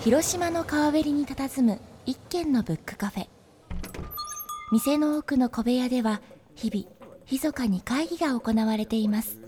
広島の川べりに佇む一軒のブックカフェ店の奥の小部屋では日々密かに会議が行われています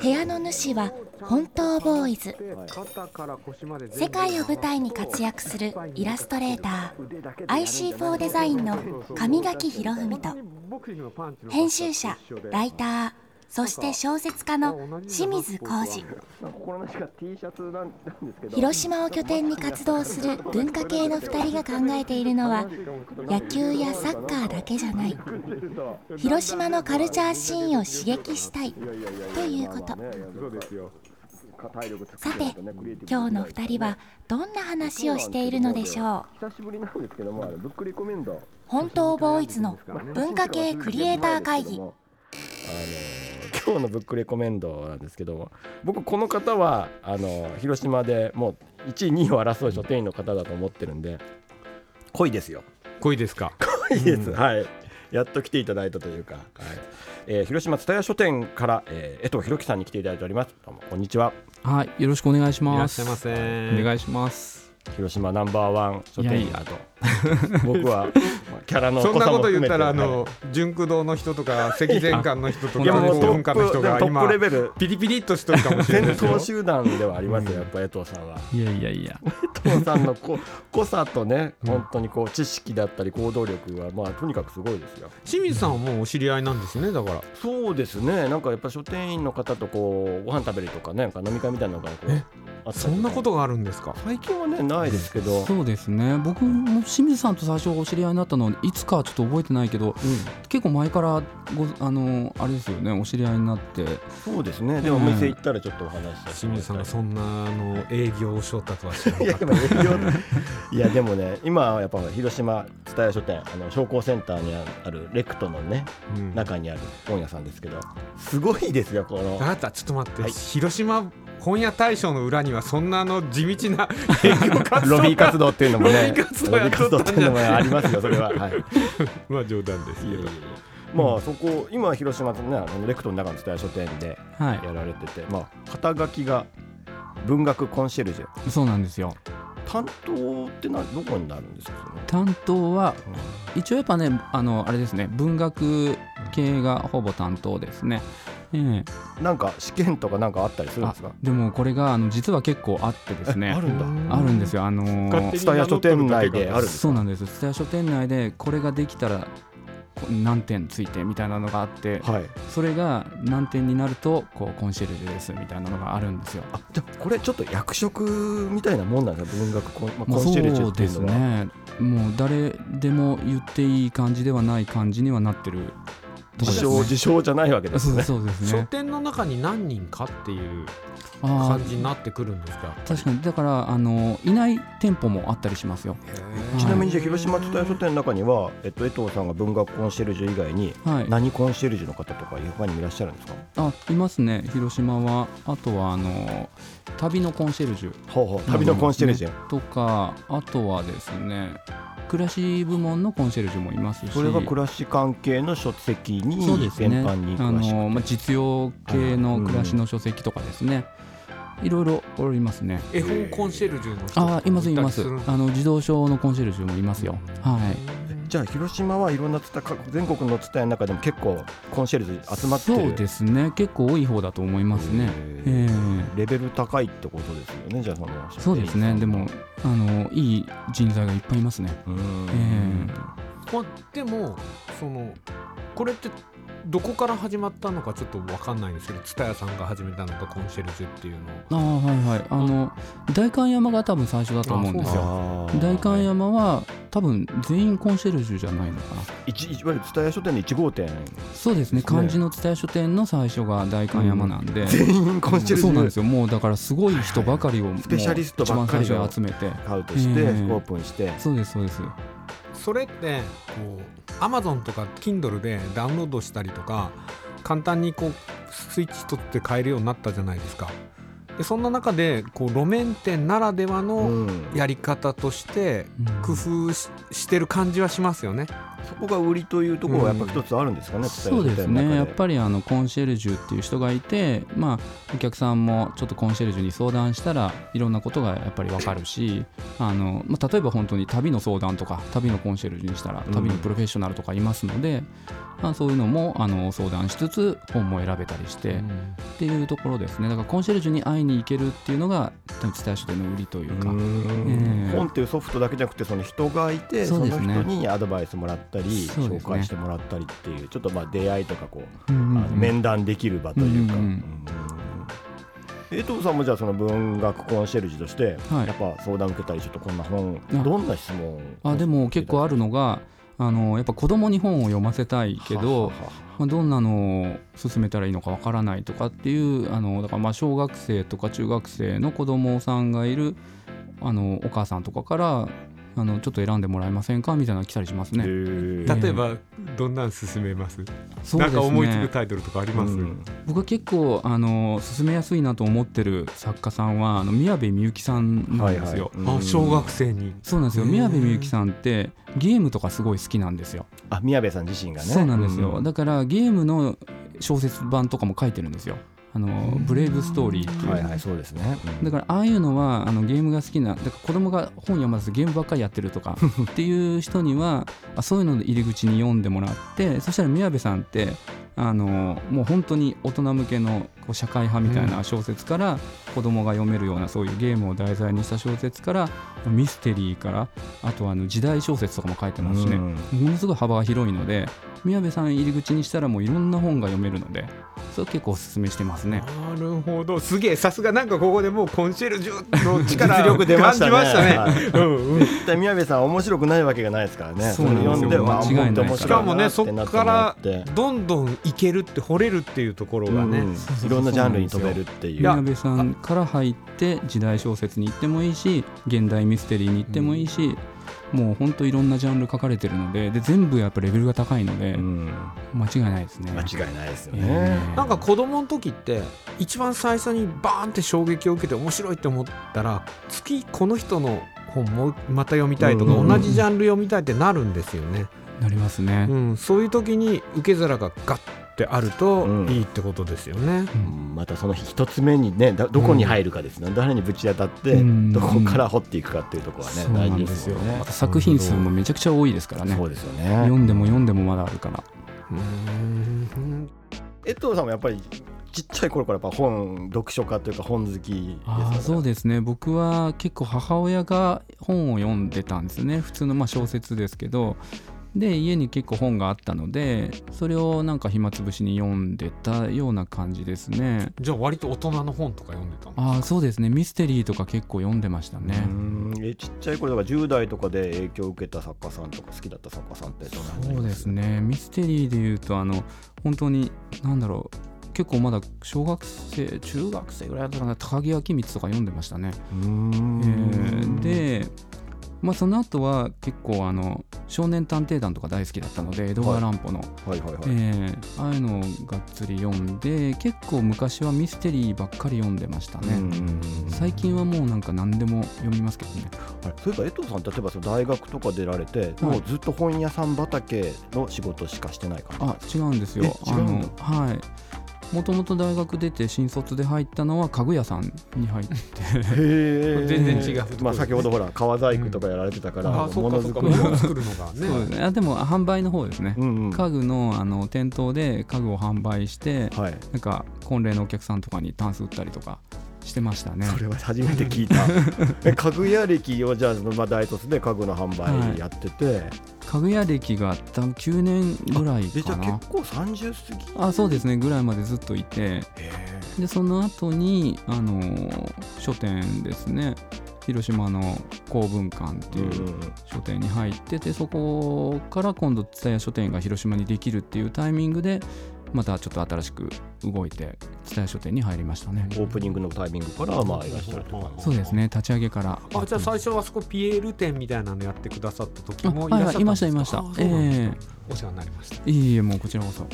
部屋の主は本当ボーイズ肩から腰まで世界を舞台に活躍するイラストレーター IC4 デザインの上垣博文と編集者ライターそして小説家の清水浩二この話が T シャツなんなんですけど広島を拠点に活動する文化系の2人が考えているのは野球やサッカーだけじゃない広島のカルチャーシーンを刺激したいということそうですよ体力さて今日の2人はどんな話をしているのでしょう久しぶりなんですけどもあのブックリコメンド本当ボーイズの文化系クリエイター会議あの今日のブックレコメンドなんですけども僕この方はあの広島でもう1位2位を争う書店員の方だと思ってるんで濃いですよ恋ですか濃いです、はいやっと来ていただいたというか、はいえー広島蔦屋書店から、えー江藤博樹さんに来ていただいておりますどうもこんにちははい、よろしくお願いしいらまっす。しゃいませお願いします。広島ナンバーワン書店員だと僕はまあキャラのそん濃なさこもと言含めてったらあはの純駆動の人とか赤前館の人とかいいやもうト文ッ化プの人がトップ今レベルピリピリっとしてるかもしれない先ですよ頭集団ではありますよやっぱ江藤さんは。いやいやいや。江藤さんのこ 濃さとねうん本当にこう知識だったり行動力はまあとにかくすごいですよ。清水さんはもうお知り合いなんですねだからそうですねなんかやっぱ書店員の方とこうご飯食べるとかねなんか飲み会みたいなのがこうえあったりかそんなことがあるんですか最近はねないですけど。そうですね。僕も清水さんと最初お知り合いになったのいつかちょっと覚えてないけど、結構前からごあのあれですよね。お知り合いになって。そうですねでもお店行ったらちょっとお話しさせて清もらい水さたいんがそんなあの営業をしょったとは知らなかっでも営業いやでもね今はやっぱ広島蔦屋書店あの商工センターにあるレクトのねた、うん中にある本屋さんですけどすごいですよこのあなたちょっと待って、はい広島本屋大賞の裏にはそんなあの地道な営業活動 ロビー活動っていうのもね、ロビー活動やっとったんじゃないロビー活動っていうのもありますよ、それは。 はい、まあ冗談ですけどまあ、そこ、今広島とね、あのレクトの中の伝え書店ではやられてて、まあ、肩書きが。文学コンシェルジュい。そうなんですよ。担当ってなどこになるんですかね、担当はうん一応やっぱねあのあれですね。文学系がほぼ担当ですね。ええなんか試験とかなんかあったりするんあですかでもこれがあの実は結構あってですね。あるんだあるんですよ。あの勝手に蔦屋書店内であるんですそうなんです蔦屋書店内でこれができたらこ何点ついてみたいなのがあってはいそれが何点になるとこうコンシェルジュですみたいなのがあるんですよ。あじゃあこれちょっと役職みたいなもんなんですか文学コン,、まあ、まあコンシェルジュそうっていでうすのは、ねもう誰でも言っていい感じではない感じにはなってるとこ自です称ね自称じゃないわけですそうねそうです書ね店の中に何人かっていうあ感じになってくるんですかー確かにだからあのいない店舗もあったりしますよちなみにじゃあ広島伝え書店の中には、えっと、江藤さんが文学コンシェルジュ以外にはい何コンシェルジュの方とか他にもいらっしゃるんですかあいますね広島はあとはあの旅のコンシェルジュほうほう旅のコンシェルジュ、とかあとはですね暮らし部門のコンシェルジュもいますしそれが暮らし関係の書籍にそうです全ね般にあ詳しく、の、まあ、実用系の暮らしの書籍とかですね、いろいろおりますね絵本コンシェルジュの人ああいますいたまりすするんですあの自動書のコンシェルジュもいますよはいじゃあ広島はいろんなツタか全国のツタの中でも結構コンシェルジュ集まってるそうですすね結構多い方だと思いますねええレベル高いってことですよねじゃあそのそうですねでもあのいい人材がいっぱいいますねうん、まあでもそのこれってどこから始まったのかちょっと分かんないんですけど蔦屋さんが始めたのかコンシェルジュっていうのをああはいはいあの代官山が多分最初だと思うんですよあー代官山は多分全員コンシェルジュじゃないのかな一いわゆる蔦屋書店の1号店そうですでねすね漢字の伝え書店の最初が代官山なんで、全員コンシェルジそうなんュですよもうだからすごい人ばかりをもうスペシャリストばっかりを一番最初に集めてアウトして、ええオープンしてそうですそうですそれってこう Amazon とか Kindle でダウンロードしたりとか簡単にこうスイッチ取って買えるようになったじゃないですかでそんな中でこう路面店ならではのんやり方としてうん工夫ししてる感じはしますよねそこが売りというところはやっぱ一つあるんですかね、そうですねやっぱりあのコンシェルジュっていう人がいて、まあ、お客さんもちょっとコンシェルジュに相談したらいろんなことがやっぱり分かるしあの、まあ、例えば本当に旅の相談とか旅のコンシェルジュにしたら旅のプロフェッショナルとかいますので、まあ、そういうのもあの相談しつつ本も選べたりして、っていうところですねだからコンシェルジュに会いに行けるっていうのが伝え書店の売りというか。ええ本っていうソフトだけじゃなくてその人がいてそ,、そうですのね人にアドバイスもらったり、そうで紹すね介してもらったりっていうちょっとまあ出会いとかこう、うんうんあの面談できる場というか。うんうん江藤さんもじゃあその文学コンシェルジュとして、はいやっぱ相談受けたりちょっとこんな本あどんな質問あでも結構あるのがあのやっぱ子供に本を読ませたいけどまあ、どんなのを進めたらいいのかわからないとかっていうあのだからまあ小学生とか中学生の子供さんがいるあのお母さんとかからあのちょっと選んでもらえませんかみたいなの来たりしますね。ねだ例えばどんなん進めますそうでなすんねか思いつくタイトルとかあります、僕は結構あの進めやすいなと思ってる作家さんはあの宮部みゆきさんなんですよ。あ小学生にそうなんですよへー宮部みゆきさんってゲームとかすごい好きなんですよ。あ宮部さん自身がねそうなんですよ、うだからゲームの小説版とかも書いてるんですよあのブレイブストーリーっていう、はいはいそうですね、だからああいうのはあのゲームが好きなだから子供が本読まずゲームばっかりやってると かっていう人にはあそういうので入り口に読んでもらってそしたら宮部さんってあのもう本当に大人向けのこう社会派みたいな小説から子供が読めるようなそういうゲームを題材にした小説からミステリーからあとはあの時代小説とかも書いてますしね、うんものすごい幅が広いので宮部さん入り口にしたらもういろんな本が読めるのでそれは結構おすすめしてますねなるほどすげえさすがなんかここでもうコンシェルジュの力 実力出ましたね感じましたねはいうんうん絶対宮部さん面白くないわけがないですからねそうなんですよれ読んで間違いないあ本当面白しかもいなねってそなっってかもらってらどんどんいけるって掘れるっていうところがね、うんいろんなジャンルに飛べるっていう宮部さんから入って時代小説に行ってもいいし現代ミステリーに行ってもいいし、もうほんといろんなジャンル書かれてるのでで全部やっぱレベルが高いので、うん間違いないですね間違いないですよえねえなんか子供の時って一番最初にバーンって衝撃を受けて面白いって思ったら月この人の本もまた読みたいとか、うん同じジャンル読みたいってなるんですよね、なりますね、うん、そういう時に受け皿がガッてあるとうんいいってことですよね、うんまたその一つ目にねだどこに入るかですね誰にぶち当たってうんどこから掘っていくかっていうところはねそうな大ん事でですすよよねまた作品数もめちゃくちゃ多いですからねそうですよ読ねんでも読んでもまだあるからうーん江藤さんもやっぱりちっちゃい頃からやっぱ本読書家というか本好きですああかそうですね僕は結構母親が本を読んでたんですね普通のまあ小説ですけどで家に結構本があったのでそれをなんか暇つぶしに読んでたような感じですねじゃあ割と大人の本とか読んでたのああそうですねミステリーとか結構読んでましたねうんえちっちゃい頃だから10代とかで影響を受けた作家さんとか好きだった作家さんってどんなそうですねミステリーで言うとあの本当に何だろう結構まだ小学生中学生ぐらいだったかな高木明光とか読んでましたねえーで、まあ、その後は結構あの少年探偵団とか大好きだったので江戸川乱歩の、はいはいはい、えーああいうのをがっつり読んで結構昔はミステリーばっかり読んでましたうね、ん最近はもうなんか何でも読みますけどねあれそういえば江藤さん例えばその大学とか出られて、もうずっと本屋さん畑の仕事しかしてない からあ違うんですよえ違うんだあのはいもともと大学出て新卒で入ったのは家具屋さんに入ってへえ全然違うまあ、先ほどほら革細工とかやられてたから、あもうそうものかそうづかくり物をの作るのがそうですねねあでもあ販売の方ですね、うんうんは家具のあの店頭で家具を販売して、いなんか婚礼のお客さんとかにタンス売ったりとかしてましたね。それは初めて聞いたえ 家具屋歴をじゃあ、まあ、大卒で家具の販売やってて、家具屋歴が多分9年ぐらいでじゃかあな結。構30過ぎあそうですねぐらいまでずっといてへでその後にあのー書店ですね広島の公文館ってえいう書店に入っててそこから今度蔦屋書店が広島にできるっていうタイミングでまたちょっと新しく動いて蔦屋書店に入りましたね。オープニングのタイミングからまあいらっしゃるって感じそうですね立ち上げからあじゃあ最初はあそこピエール店みたいなのやってくださった時あもいはらいっしゃはったいいましたいましたんですえかあそうなんですえかお世話になりましたいえいえもうこちらこそ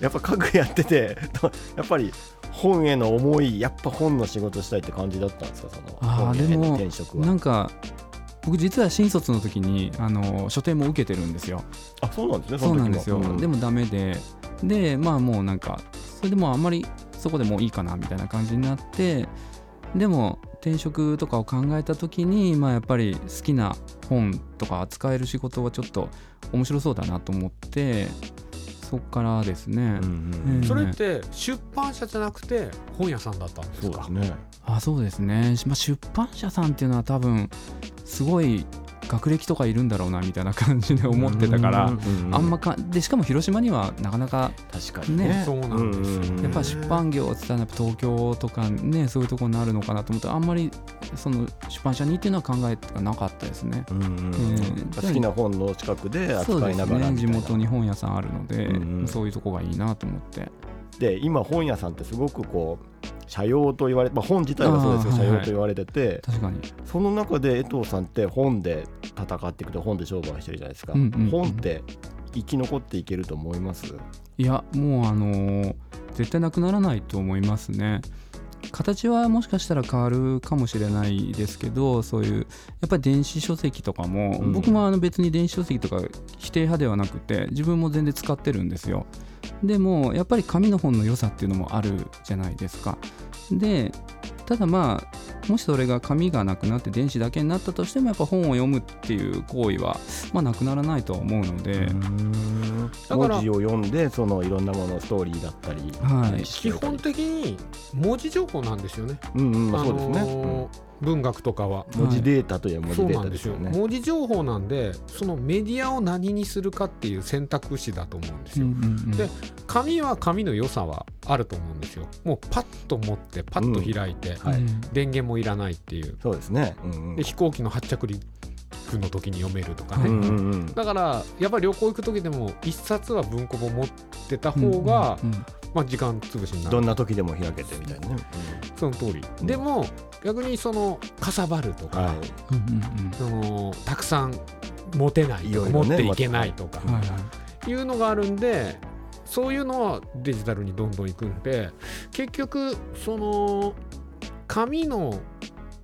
やっぱ家具やってて やっぱり本への思いやっぱ本の仕事したいって感じだったんですかそのあー本へのでも転職なはんか僕実は新卒の時にあの書店も受けてるんですよあそうなんですねそうなんですよ、でももダメででまあもうなんかそれでもあんまりそこでもういいかなみたいな感じになってでも転職とかを考えた時にまあやっぱり好きな本とか扱える仕事はちょっと面白そうだなと思ってそっからですね、うんそれって出版社じゃなくて本屋さんだったんですそうかですねあそうですね、まあ、出版社さんっていうのは多分すごい学歴とかいるんだろうなみたいな感じで思ってたから、あんまかでしかも広島にはなかなか確かにねねそうなんですよ、うんやっぱ出版業って言ったらやっぱ東京とかねそういうところになるのかなと思ったらあんまりその出版社にっていうのは考えてなかったですね。うんうんうん好きな本の近くでそう扱でいすながらねみた地いな元に本屋さんあるので、うんうんそういうとこがいいなと思ってで今本屋さんってすごくこう社用と言われて、まあ、本自体はそうですけどあー社はい用はいと言われてて、確かにその中で江藤さんって本で戦っていくと本で商売してるじゃないですか、うんうんうん本って生き残っていけると思いますいやもうあのー絶対なくならないと思いますね形はもしかしたら変わるかもしれないですけどそういうやっぱり電子書籍とかも、うん僕もあの別に電子書籍とか否定派ではなくて自分も全然使ってるんですよでもやっぱり紙の本の良さっていうのもあるじゃないですかでただまあもしそれが紙がなくなって電子だけになったとしてもやっぱ本を読むっていう行為はまあなくならないとは思うので、だから文字を読んでそのいろんなものストーリーだったり、はい知識基だったり本的に文字情報なんですよね、うんうんまあ、そうですね、あのー文学とかは。うん文字データといえば文そう字デなータんでですすよよね文字情報なんでそのメディアを何にするかっていう選択肢だと思うんですうんよ、うんうんで紙は紙の良さはあると思うんですよもうパッと持ってパッと開いて、はいうん電源もいらないっていうそうですねうんうんで飛行機の発着陸の時に読めるとかね、うんうんうんだからやっぱり旅行行く時でも一冊は文庫本持ってた方が、うんうんうんまあ、時間潰しになどるんな時でも開けてみたいなね、その通り、うんでも逆にそのかさばるとか、はいうんそのたくさん持てないいとろかいろ持ねっていけないとかうんはいはいいうのがあるんでそういうのはデジタルにどんどんいくんで結局その紙の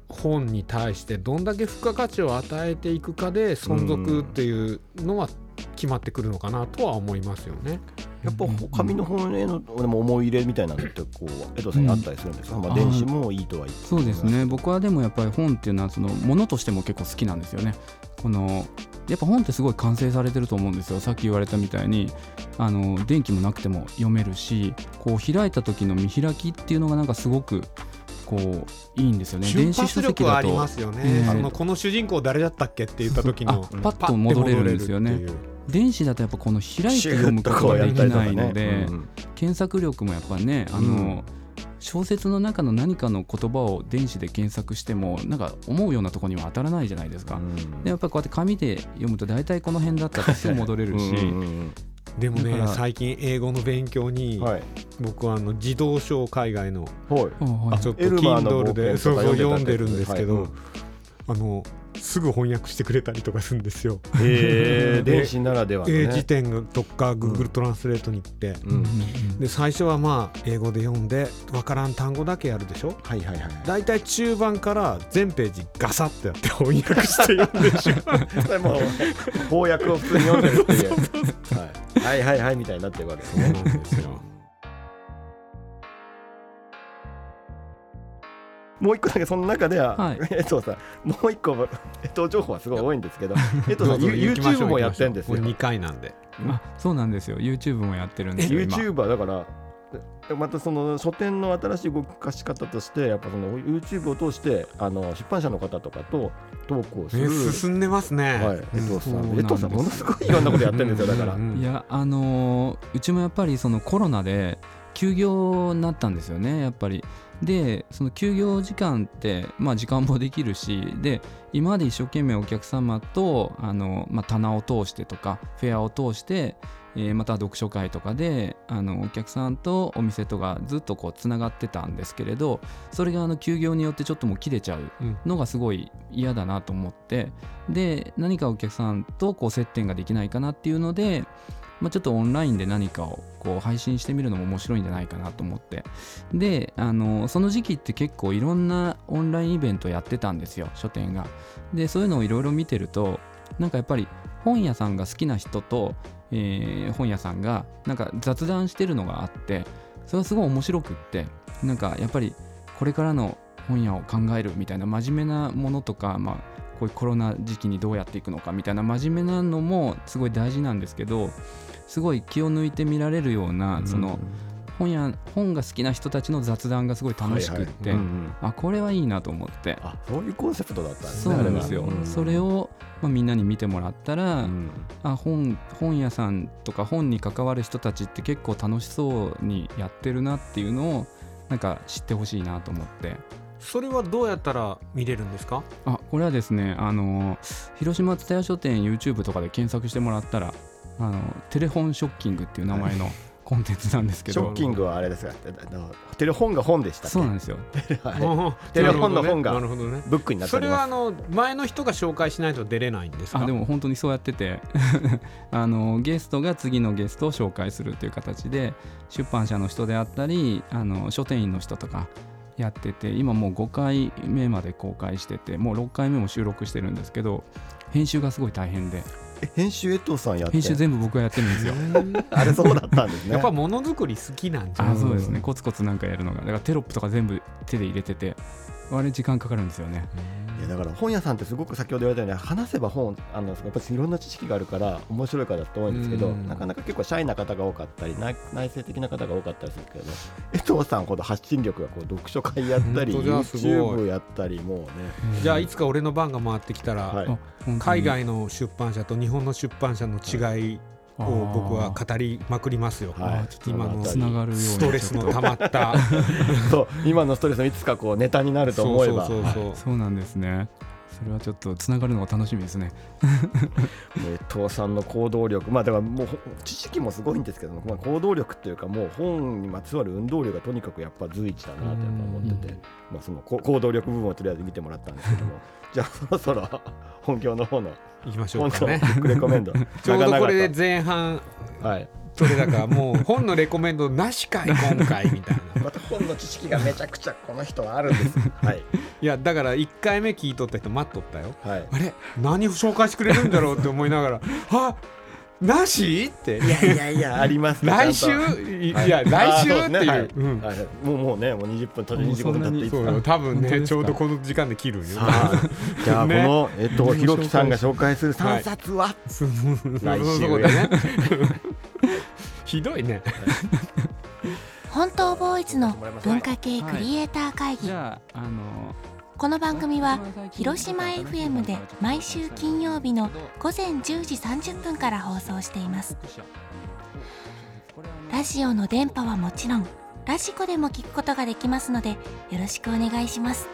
本に対してどんだけ付加価値を与えていくかで存続っていうのは決まってくるのかなとは思いますよね。やっぱ紙の本へのでも思い入れみたいなのってこう江藤さんにあったりするんですか、まあ、電子もいいとは言ってそうですね僕はでもやっぱり本っていうのはそのものとしても結構好きなんですよねこのやっぱ本ってすごい完成されてると思うんですよさっき言われたみたいにあの電気もなくても読めるしこう開いた時の見開きっていうのがなんかすごくこういいんですよね瞬発力はありますよね、うんあのこの主人公誰だったっけって言った時のあパッと戻れるんですよねパッて戻れるっていう電子だとやっぱこの開いてシ読ュむッとことこうがやでっきたりとかねないのでうんうん検索力もやっぱねあの、小説の中の何かの言葉を電子で検索してもなんか思うようなとこには当たらないじゃないですか、でやっぱりこうやって紙で読むと大体この辺だったらすぐ戻れるし、うんうんでもだかねら最近英語の勉強うに、んはい僕はあの児童書を海外のはいあはいちょっとエルマーの Kindle でそうそう読冒ん険とかでるんですけど、はいうんあのすぐ翻訳してくれたりとかするん ですよ。へー電子ならではの英ね辞典とか Google トランスレートに行って、うんで最初はまあ英語で読んでわからん単語だけやるでしょ。はいはいはいだいたい中盤から全ページガサってやって翻訳して読んで しまうそれもう翻訳を普通に読んでるっていうはいはいはいはいみたいになってるわけですねなんですよ。もう一個だけその中では、はい江藤さんもう一個江藤情報はすごい多いんですけど江藤さんどうぞ行きましょ YouTube うもやってるんですよもう2回なんで。あそうなんですよ YouTube もやってるんですよ今 YouTuber だからえまたその書店の新しい動かし方としてやっぱその YouTube を通してあの出版社の方とかとトークをする、ね進んでますね。はい、江うん藤さそうんなん江です藤さんものすごいいろんなことやってるんですよだから、うんうんうんいやあのーうちもやっぱりそのコロナで休業になったんですよねやっぱりでその休業時間ってまあ時間もできるしで今まで一生懸命お客様とあの、まあ、棚を通してとかフェアを通してえーまた読書会とかであのお客さんとお店とがずっとこうつながってたんですけれどそれがあの休業によってちょっともう切れちゃううんのがすごい嫌だなと思ってで何かお客さんとこう接点ができないかなっていうので、まあ、ちょっとオンラインで何かをこう配信してみるのも面白いんじゃないかなと思ってであのその時期って結構いろんなオンラインイベントやってたんですよ書店がでそういうのをいろいろ見てるとなんかやっぱり本屋さんが好きな人と、えー本屋さんがなんか雑談してるのがあってそれはすごい面白くってなんかやっぱりこれからの本屋を考えるみたいな真面目なものとか、まあ、こういうコロナ時期にどうやっていくのかみたいな真面目なのもすごい大事なんですけどすごい気を抜いて見られるようなその本や本が好きな人たちの雑談がすごい楽しくって、うんうんあこれはいいなと思ってあそういうコンセプトだったんですそうねなんですよ、あれはそれを、まあ、みんなに見てもらったら、うんあ本本屋さんとか本に関わる人たちって結構楽しそうにやってるなっていうのをなんか知ってほしいなと思ってそれはどうやったら見れるんですかあこれはですねあの広島蔦屋書店 YouTube とかで検索してもらったらあのテレフォンショッキングっていう名前のコンテンツなんですけショどッキングはあれですがあのテレ本が本でしたっけそうなんですよはいうんテレフォンなるほどのね本がなるほどねブックになってそおりれますはあの前の人が紹介しないと出れないんですかあでも本当にそうやってて あのゲストが次のゲストを紹介するという形で出版社の人であったりあの書店員の人とかやってて今もう5回目まで公開しててもう6回目も収録してるんですけど編集がすごい大変でえ編集江藤さんやって編集全部僕がやってるんですよあれそうだったんですねやっぱものづくり好きなんじゃあんそうですねコツコツなんかやるのがだからテロップとか全部手で入れててあれ時間かかるんですよねいやだから本屋さんってすごく先ほど言われたように話せば本あのやっぱりいろんな知識があるから面白い方だと思うんですけど、うんなかなか結構シャイな方が多かったり内内省的な方が多かったりするけど江藤さんほど発信力がこう読書会やったり本当だすごい YouTube やったりもうね じゃあいつか俺の番が回ってきたら、はいあ本当に海外の出版社と日本の出版社の違いを僕は語りまくりますよ。はい今のつながるようにストレスちょのっ溜とまった そう今のストレスのいつかこうネタになると思えばそうそうそうそうそうなんですねそれはちょっとつながるのが楽しみですね江藤さんの行動力、まあ、だからもうほ知識もすごいんですけども、まあ、行動力というかもう本にまつわる運動量がとにかくやっぱ随一だなとやっぱ思ってて、まあ、そのこ行動力部分をとりあえず見てもらったんですけ どもじゃあそろそろ本業の方の行きましょう本かのね。レコメンド ちょうどこれ長々で前半とはい、取れ高もう本のレコメンドなしかい今回みたいな。 また本の知識がめちゃくちゃこの人はあるんですはいいやだから1回目聞いとった人待っとったよ。はいあれ何を紹介してくれるんだろうって思いながら 「あなし?」っていやいやいやありますね来ち週ゃんといいはいや来週あっーてそですねはいいううん。はいもうもうねもう20分途中もう25そん分な経っにていいそうかよ多分本当ねでちすかょうどこの時間で切るんよ。じゃあこねの、えっと、ひろきさんが紹介するは3い冊は、 そう そうそうだね。 ひどいね。本当ボーイズの文化系クリエイター会議じゃああのこの番組は広島 FM で毎週金曜日の午前10時30分から放送していますラジオの電波はもちろんラジコでも聞くことができますのでよろしくお願いします